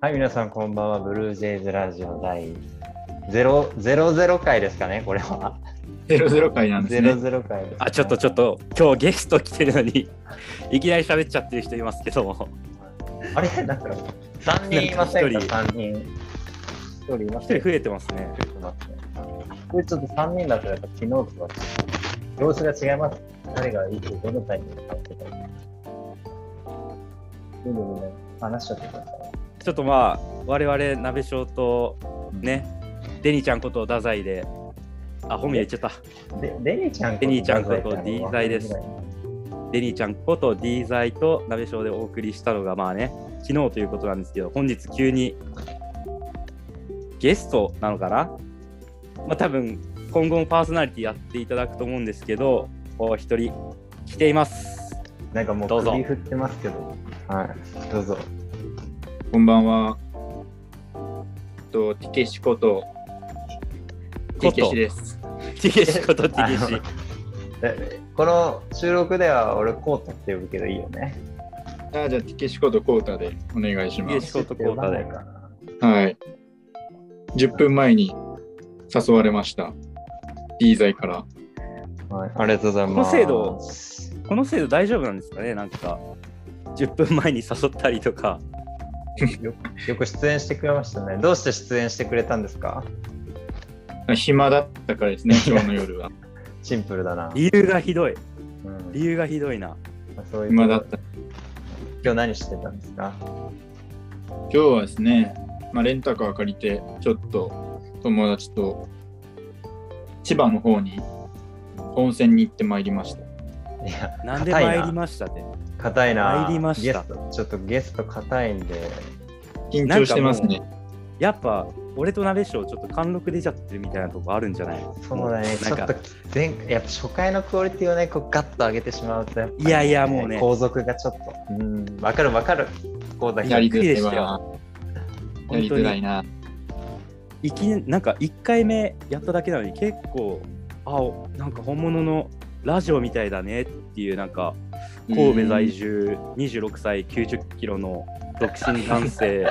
はい、皆さん、こんばんは。ブルージェイズラジオ第0 00回ですかね、これは。ゼロゼロ回なんですね。 00回です、ね。あ、ちょっとちょっと、今日ゲスト来てるのに、 いきなり喋っちゃってる人いますけども。あれなんか、3人いませんかなん ?3 人。1人います一人ね。増えてますね。これちょっと3人だと、やっぱ昨日とは様子が違います。誰がいつ、どのタイミングで買ってたか。どんどんどんどん話しちゃってください。ちょっとまあ、我々、鍋匠と、ね、デニちゃんこと太宰で、あ、本名言っちゃった。でデニーちゃんデニーちゃんこと D 材ですデニちゃんこと D 剤と鍋匠でお送りしたのが、まあね、昨日ということなんですけど、本日急にゲストなのかなまあ多分、今後もパーソナリティやっていただくと思うんですけど、お一人来ています。なんかもうどうぞ首振ってますけど。はい。どうぞ。こんばんは。と、ティケシこと、ティケシです。ティゲシことティゲシ。えこの収録では俺コータって呼ぶけどいいよね。あーじゃあ、ティケシことコータでお願いしまティケシす。コータコー呼タでばないかな。はい。10分前に誘われました。D 剤から。はい、ありがとうございます。この制度この制度大丈夫なんですかねなんか、10分前に誘ったりとか。よよく出演してくれましたね。どうして出演してくれたんですか暇だったからですね、 今日の夜は。シンプルだな。理由がひどい。うん理由がひどいな。そういう暇だった。今日何してたんですか今日はですね、まあ、レンタカー借りて、ちょっと友達と千葉の方に温泉に行ってまいりました。いや、なんで硬い参なりましたって。硬いな。参りましたゲストちょっとゲスト硬いんで、緊張してますね。やっぱ、俺と鍋賞ちょっと貫禄出ちゃってるみたいなとこあるんじゃないそうだね、ちなょんっとか前やっぱ初回のクオリティをね、こうガッと上げてしまうとやっぱりね、いやいやもうね後続がちょっと、うん、わかるわかる。こうだけやりびっくりづでしらたいわよ。やりづらいな。いきなんか1回目やっただけなのに結構、あ、おなんか本物のラジオみたいだねっていう、なんか、神戸在住26歳90キロの独身男性、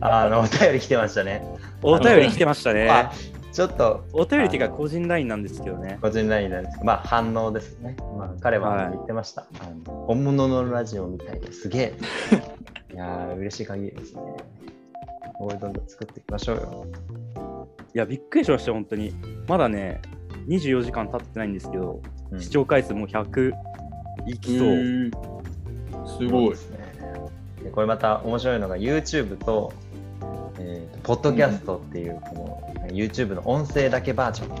あのお 便り来てましたね。お便り来てましたね。あちょっとお便りっていうか個人ラインなんですけどね。個人ラインなんですけど、まあ反応ですね。まあ彼ははい言ってました。あの本物のラジオみたいですげ え。いやー嬉しい限りですね。これどんどん作っていきましょうよ。いや、びっくりしましたよ、本当に。まだね、24時間経ってないんですけど、うん視聴回数もう100いきそう。うんすごいで。すね。でこれまた面白いのが YouTube と、えーとポッドキャストっていう、この YouTube の音声だけバージョンみ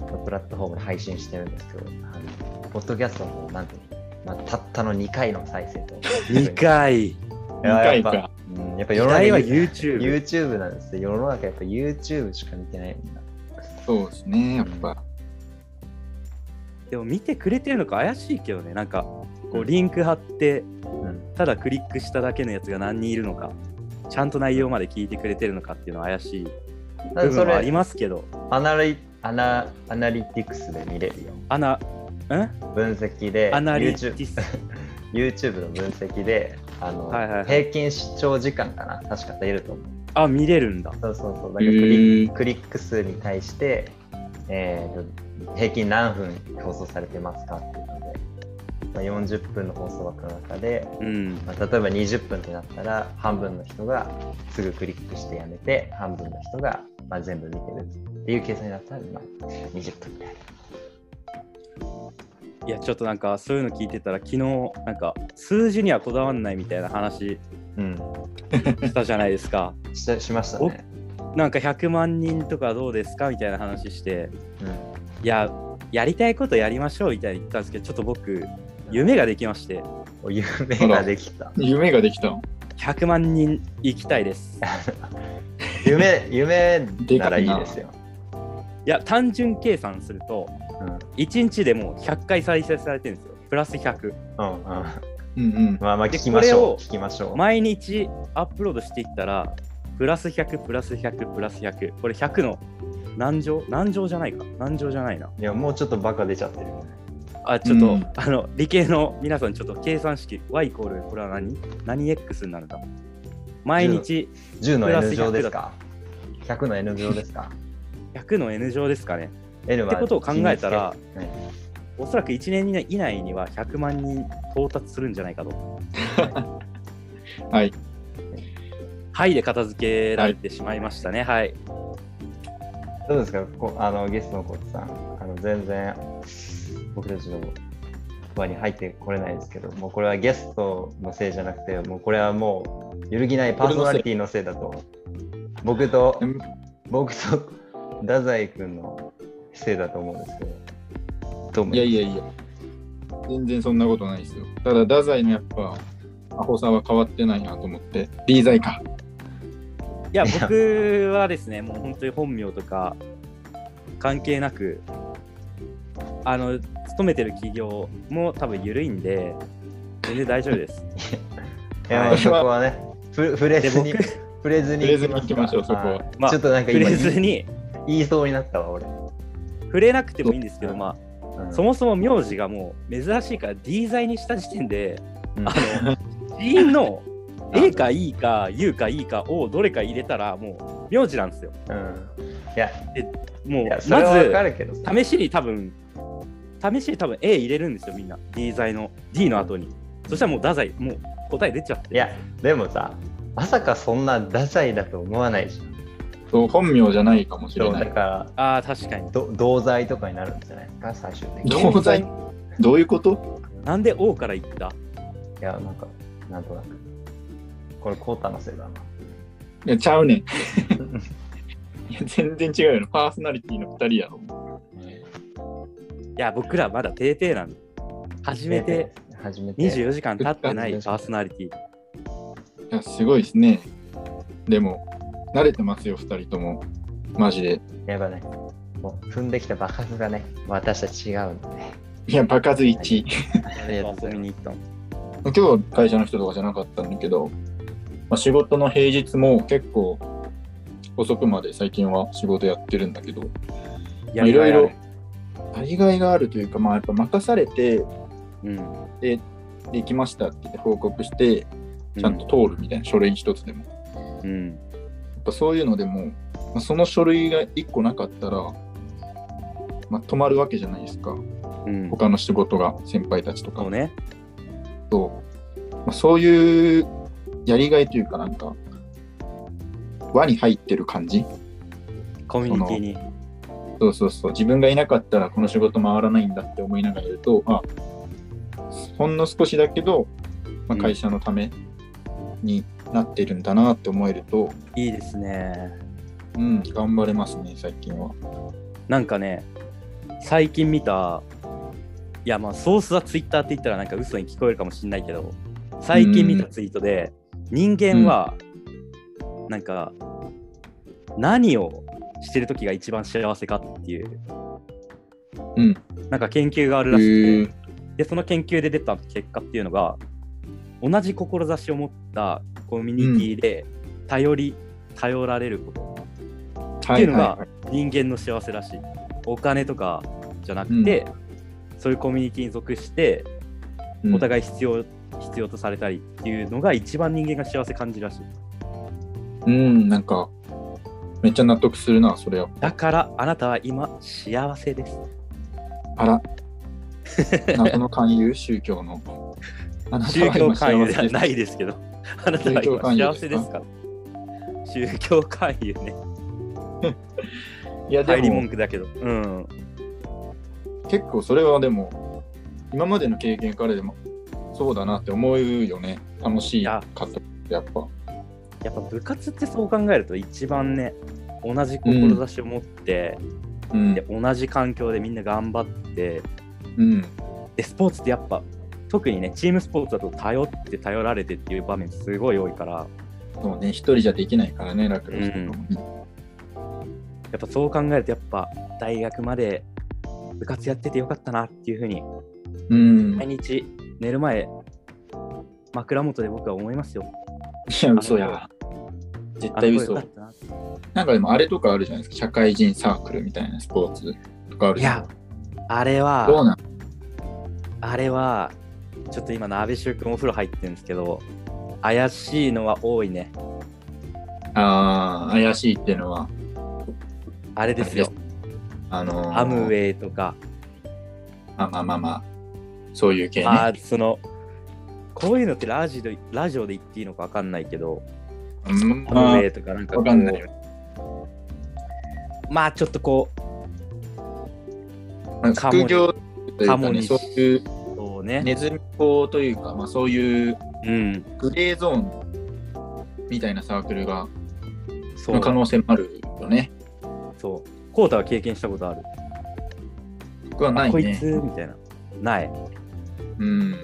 たいなプラットフォームで配信してるんですけど、あのポッドキャストもなんていうの、まあ、たったの2回の再生と。 2回。いややっぱ二回かうん、やっぱ世時の代中は YouTube, YouTube。なんですね。世の中やっぱ YouTube しか見てないもんな。そうですね、やっぱ。でも見てくれてるのか怪しいけどね、なんか、こう、リンク貼って、うんただクリックしただけのやつが何人いるのか、ちゃんと内容まで聞いてくれてるのかっていうのは怪しいだ部からそ分はあれりますけど、アナリアナアナリティクスで見れるよ。アナ、ん分析でアナリテ YouTube, ィス。 YouTube の分析であの、はいはいはい平均視聴時間かな確か出ると思う。あ、見れるんだ。そうそうそう。だからクへリ,、ークリック数に対して、えーと平均何分放送されてますかっていうので、まあ、40分の放送枠の中でうん。まあ、例えば20分ってなったら半分の人がすぐクリックしてやめて半分の人が、まあ、全部見てるっていう計算になったら、まあ、20分ぐらいいやちょっとなんかそういうの聞いてたら昨日なんか数字にはこだわんないみたいな話うんしたじゃないですかししましたね、なんか100万人とかどうですかみたいな話してうん、いややりたいことやりましょうみたいに言ったんですけどちょっと僕夢ができましてお夢ができた夢ができたの。 100万人行きたいです夢夢ならいいですよ、いや単純計算すると1日でもう100回再生されてるんですよプラス100うん、うんうんうんうん。まあまあで聞きましょうこれを聞きましょう、毎日アップロードしていったらプラス100プラス100プラス100これ100の何乗何乗じゃないか何乗じゃないないやもうちょっとバカ出ちゃってるあちょっと、うんあの理系の皆さんちょっと計算式 y イコールこれは何何 x になるか毎日10のプラス N 乗ですか ?100 の N 乗ですか100の N 乗ですかね。 ?N は ってことを考えたら人につける、ねおそらく1年以内には100万人到達するんじゃないかと。はい。はいで片付けられてしまいましたね。はい。どうですかこあのゲストのコーチさん、あの全然僕たちの輪に入ってこれないですけど、もうこれはゲストのせいじゃなくて、もうこれはもう揺るぎないパーソナリティのせいだと、僕とうん僕と太宰君のせいだと思うんですけど、どう思いやいいやいや、全然そんなことないですよ。ただ、太宰のやっぱ、アホさは変わってないなと思って、D 罪か。いや、いや僕はですね、もう本当に本名とか関係なく、あの、勤めてる企業も多分緩いんで、全然大丈夫です。やはいそこはね、ふ触れずに、で触れずにすか触れずに行きましょうそこははいまあちょっとなんか触今れずに、言いそうになったわ、俺。触れなくてもいいんですけど、まあ、うんそもそも名字がもう珍しいから D 材にした時点で、うんあの、D の A か E か U か E か O どれか入れたら、もう名字なんですよ。うんいや、もい、うまやずそれはわかるけどさ、試しに多分試しに多分 A 入れるんですよみんな D 材の D の後にそしたらもう太宰もう答え出ちゃっていや、でもさ、まさかそんなダサいだと思わないじゃん。そう本名じゃないかもしれそうなだい。から、あー確かにど同罪とかになるんじゃないですか、最終的に。同罪どういうことなんで O から言ったいや、なんか、なんとなく。これ、コータのせいだな。いやちゃうねん。いや全然違うよな。パーソナリティの2人やろ。いや僕らまだ定々なんで初めて、初めて。 24時間経ってないパーソナリティいや、すごいですね。でも、慣れてますよ、2人とも。マジで。やっぱね、もう踏んできた爆発がね、私たち違うんでね。いや、バカず1。ありがとうご遊ざいびまに行ったの今日は会社の人とかじゃなかったんだけど、まあ、仕事の平日も結構遅くまで最近は仕事やってるんだけど、やりがいあるいろいやりがいがあるというか、まあ、やっぱ任されてうんでできましたって言って報告してうちゃんと通るみたいな書類一つでも、やうんっぱそういうのでも、まあその書類が一個なかったら、まあ、止まるわけじゃないですかうん他の仕事が先輩たちとかそうねそう,、まあ、そういうやりがいというかなんか輪に入ってる感じコミュニティにそうそうそう自分がいなかったらこの仕事回らないんだって思いながらいるとあほんの少しだけど、まあ、うん会社のためになってるんだなって思えると、いいですねうん、頑張れますね最近は。なんかね、最近見た、いやまあソースはツイッターって言ったらなんか嘘に聞こえるかもしれないけど、最近見たツイートで、人間は、なんか、何をしてる時が一番幸せかっていう、うんなんか研究があるらしくて、でその研究で出た結果っていうのが同じ志を持ったコミュニティで頼り、頼られることっていうのが人間の幸せらしい。お金とかじゃなくて、そういうコミュニティに属しておい互い必要,、必要とされたりっていうのが一番人間が幸せ感じるらしい。うん、うんなんかめっちゃ納得するなそれは。だからあなたは今幸 せです。あら謎の勧誘宗教の。あなた宗は教今勧幸誘でせはですないですけど、 あなたは今幸せですか宗教勧誘ね。いやで入りも文句だけど。うん。結構それはでも今までの経験からでもそうだなって思うよね楽しいかとやっぱやっぱ部活ってそう考えると一番ね同じ志を持って、うんで同じ環境でみんな頑張ってうんでスポーツってやっぱ特にねチームスポーツだと頼って頼られてっていう場面すごい多いからそうね一人じゃできないからね楽ですけどやっぱそう考えるとやっぱ大学まで部活やっててよかったなっていうふうにうん毎日寝る前枕元で僕は思いますよ。いや嘘や絶対嘘あの頃よかったなってなんかでもあれとかあるじゃないですか社会人サークルみたいなスポーツとかあるいじゃんや、あれは。どうなんあれは、ちょっと今、鍋く君お風呂入ってるんですけど、怪しいのは多いね。ああ、怪しいっていうのは、あれですよ。あのーアムウェイとか、まあまあまあまあ、そういう系ね。あーその、こういうのってラジオでラジオで言っていいのか分かんないけど、うんアムまウあェイとかなんかこわうかんないよ。まあちょっとこまあ副業というかカモね、にそういうう、そうね。ネズミ講というか、まあそういううん、グレーゾーンみたいなサークルが、そのう。可能性もあるよね。そう。コータは経験したことある。僕はないこいねつ。みたいな。ない。いうん。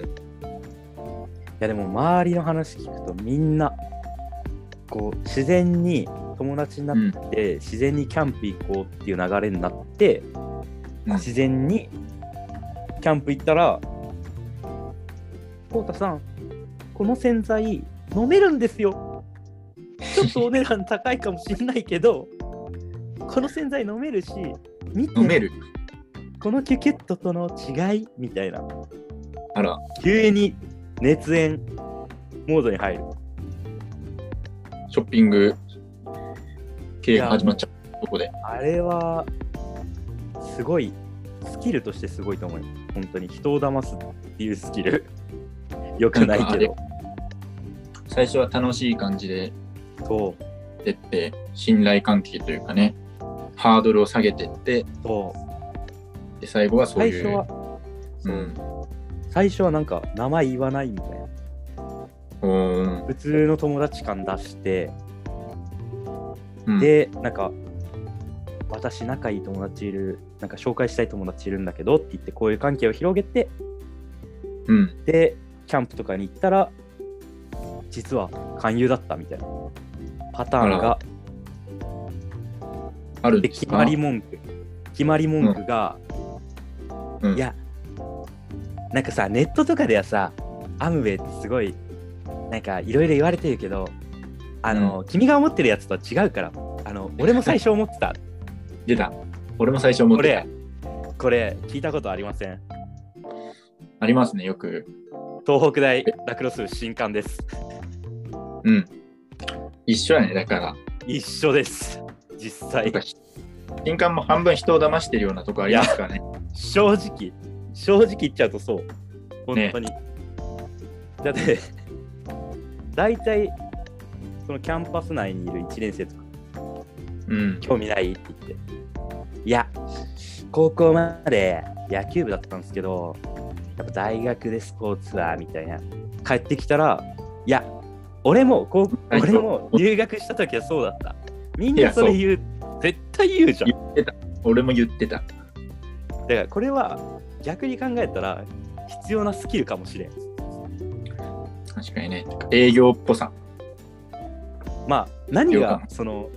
やでも周りの話聞くとみんな、こう、自然に友達になうっん。て、自然にキャンプ行こうっていう流れになって、うん自然にキャンプ行ったら、コータさん、この洗剤飲めるんですよ。ちょっとお値段高いかもしれないけど、この洗剤飲めるし、見 て飲めるこのキュキュットとの違いみたいなあら、急に熱演モードに入るショッピング系が始まっちゃう。ここで。あれはすごいスキルとしてすごいと思うよ本当に人を騙すっていうスキル よくないけど最初は楽しい感じでそうってって、信頼関係というかね、ハードルを下げてって、そうで最後はそう最いう。初はうん。最初はなんか名前言わないみたいなおー普通の友達感出してうん、でなんか私仲いい友達いるなんか紹介したい友達いるんだけどって言ってこういう関係を広げてうん。でキャンプとかに行ったら実は勧誘だったみたいなパターンあらがあるんでです決かまり文句決まり文句が、うんいやなんかさネットとかではさアムウェイってすごいなんかいろいろ言われてるけどあの、君が思ってるやつとは違うからあの俺も最初思ってた出た。俺も最初思ってた俺これ聞いたことありませんありますね、よく。東北大ラクロス部新刊ですうん。一緒やね、だから。一緒です実なん際か新刊も半分人を騙してるようなとこありますからね。正直正直言っちゃうとそう本当に、だって大体そのキャンパス内にいる1年生とかうん。興味ないって言っていや高校まで野球部だったんですけどやっぱ大学でスポーツはみたいな帰ってきたらいや俺も高はい俺も入学した時はそうだったみんなそれ言う絶対言うじゃん言ってた。俺も言ってた。だからこれは逆に考えたら必要なスキルかもしれん確かにね。営業っぽさ。まあ何了が解その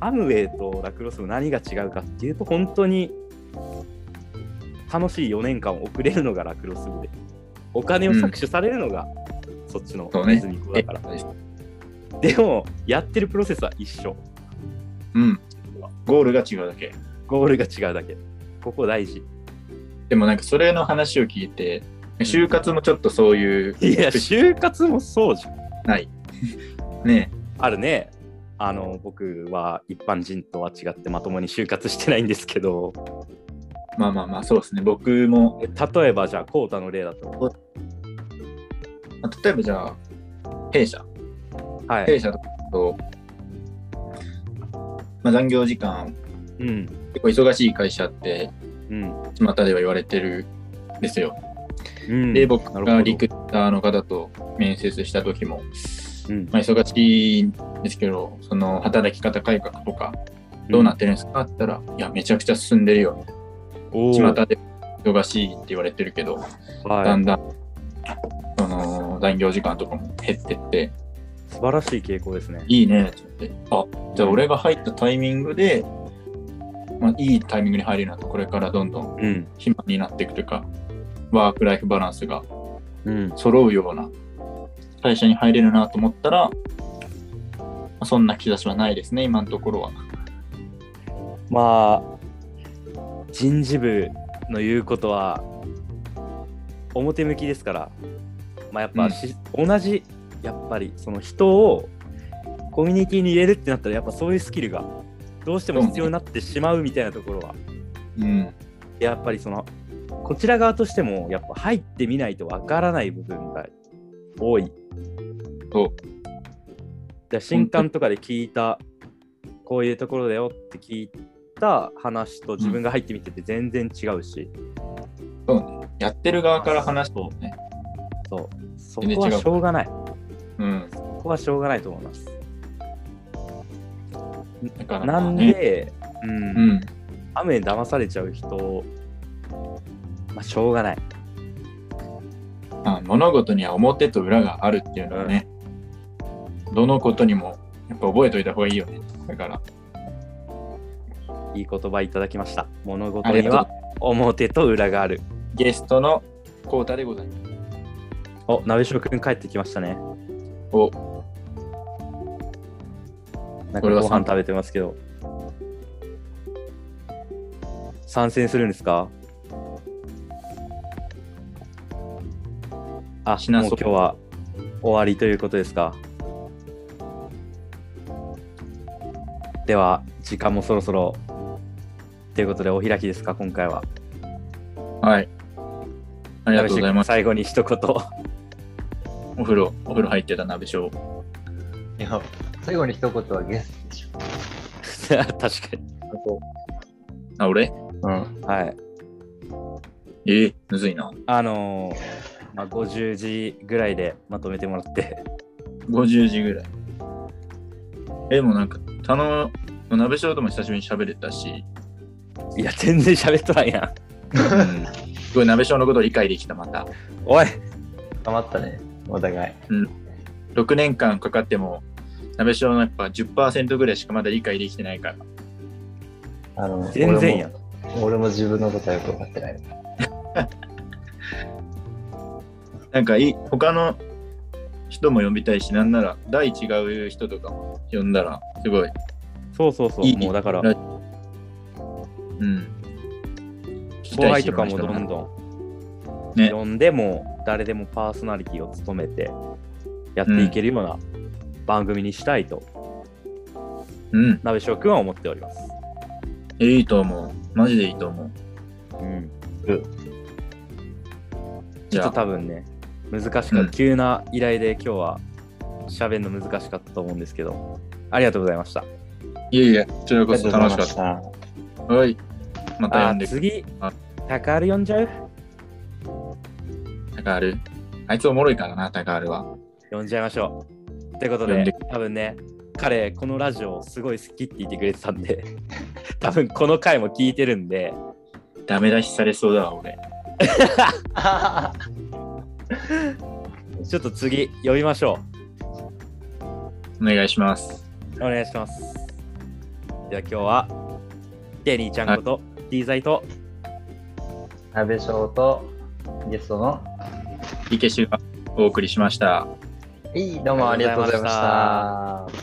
アムウェイとラクロスの何が違うかっていうと本当に楽しい4年間を送れるのがラクロス部でお金を搾取されるのがそっちのそうねネズミ子だから、でもやってるプロセスは一緒うん。ゴールが違うだけ。ゴールが違うだけここ大事でもなんかそれの話を聞いて、就活もちょっとそういう。い や就活もそうじゃんない。ねあるねあの僕は一般人とは違ってまともに就活してないんですけどえまあまあまあ、そうですね。僕も例えばじゃあコータの例だとまあ例えばじゃあ、弊社、はい、弊社だと、まあ、残業時間、うん結構忙しい会社って、うん巷では言われてるんですよ。うんで、僕なるほがどリクルーターの方と面接した時も、うんまあ、忙しいんですけど、その働き方改革とか、どうなってるんですかって言ったら、いや、めちゃくちゃ進んでるよ。お巷ーで忙しいって言われてるけど、だはんい、だん、その残業時間とかも減ってって、素晴らしい傾向ですね。いいねって言って、あじゃあ俺が入ったタイミングで、まあ、いいタイミングに入れるなと、これからどんどんうん。暇になっていくというか、ワーク・ライフ・バランスがうん。揃うような会社に入れるなと思ったら、まあそんな兆しはないですね、今のところは。まあ、人事部の言うことは、表向きですから、まあやっぱし、同じ、やっぱりその人をコミュニティに入れるってなったらやっぱそういうスキルがどうしても必要になってしまうみたいなところはうん。やっぱりそのこちら側としてもやっぱ入ってみないとわからない部分が多い。そうで新刊とかで聞いたこういうところだよって聞いた話と自分が入ってみてて全然違うし、やってる側から話すとね。そうそ全こは然違うしょうがない。うん。そこはしょうがないと思います。だからまなあんね。で、うんうん。雨に騙されちゃう人、まあ、しょうがない。まあ、物事には表と裏があるっていうのはね、どのことにもやっぱ覚えといた方がいいよね。だから、いい言葉いただきました。物事ありにがはとう。表と裏がある。ゲストのコータでございます。お、鍋城くん帰ってきましたね。お、なこんかれはご飯参食べてますけど。参戦するんですかあ、しなもそうう今日は終わりということですか。では、時間もそろそろ。ということで、お開きですか、今回は。はい。ありがとうございます。最後に一言。 お風呂、お風呂入ってた鍋ショー。いや、最後に一言はゲストでしょ。確かに。あ、俺うん。はい。えーむずいな。あのーまあ、50時ぐらいでまとめてもらって、 50時ぐらい。え、でもなんか、たの、鍋ショーとも久しぶりに喋れたし、いや、全然喋っとらんやん。うん、すごい鍋ショーのことを理解できた、また。おい、頑張ったね、お互い。 6年間かかっても、鍋ショーのやっぱ10%ぐらいしかまだ理解できてないから。あの全然やん。俺も俺も自分のことはよく分かってない。なんかいい他の人も呼びたいし、なんなら、第違う人とかも呼んだら、すごい。そうそうそう、いいもうだから、ラ後ジうん。聞きたいし輩とかもどんどん、ね呼んでもう、誰でもパーソナリティを務めて、やっていけるような番組にしたいと、うん。鍋翔くんは思っております。いいと思う。マジでいいと思う。うん。ちじょっゃとあ、多分ね、難しかった、うん急な依頼で今日は喋るの難しかったと思うんですけど、ありがとうございました。いえいえ、こちらこそ楽しかっかった。た。はい。また呼あんで、次あ、高ル呼んじゃうタカール。あいつおもろいからな、タカールは。呼んじゃいましょう。ということ呼んでで、多分ね、彼、このラジオすごい好きって言ってくれてたんで、 多分この回も聞いてるんで、ダメ出しされそうだわ、俺。ちょっと次呼びましょお願いします。う。お願いします。じゃあ今日は、デニーちゃんこと、D ザイと、鍋翔とゲストの。池修がお送りしました。はい、どうもありがとうございました。